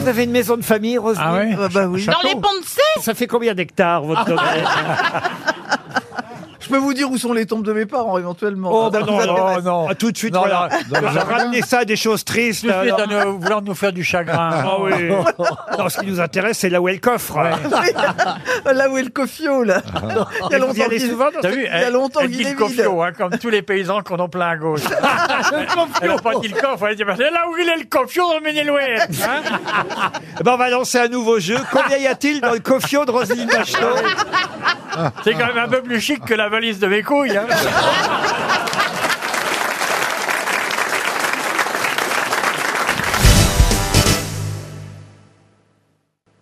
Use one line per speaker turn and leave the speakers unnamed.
Vous avez une maison de famille, Roselyne
Ah ouais Ah
bah oui.
Dans les ponts de Sèvres
Ça fait combien d'hectares, votre domaine
Je peux vous dire où sont les tombes de mes parents éventuellement.
Oh, bah
Ça
non,
vous
non,
intéresse.
non. Ah, tout de suite,
Non,
voilà.
non, non, non.
Ramener ça à des choses tristes.
Tout de suite,
alors.
en nous- euh, voulant nous faire du chagrin.
Ah
Oh,
oui. Non, ce qui nous intéresse, c'est là où est le coffre.
Là où est le cofio, là. Il y a
euh, Ah. Vous y
longtemps
allez
qu'il-
souvent dans
T'as
cette-
vu,
a longtemps
elle
qu'il
dit
est
le
vide.
cofio, hein, comme tous les paysans qu'on en plein à gauche. elle n'a pas dit le coffre, elle a dit, bah, c'est là où il est le cofio dans le Ménélouet.
Eh ben, on va lancer un nouveau jeu. Combien y a-t-il dans le cofio de Roselyne Bachelot
C'est quand même un peu plus chic que la valise de mes couilles. hein.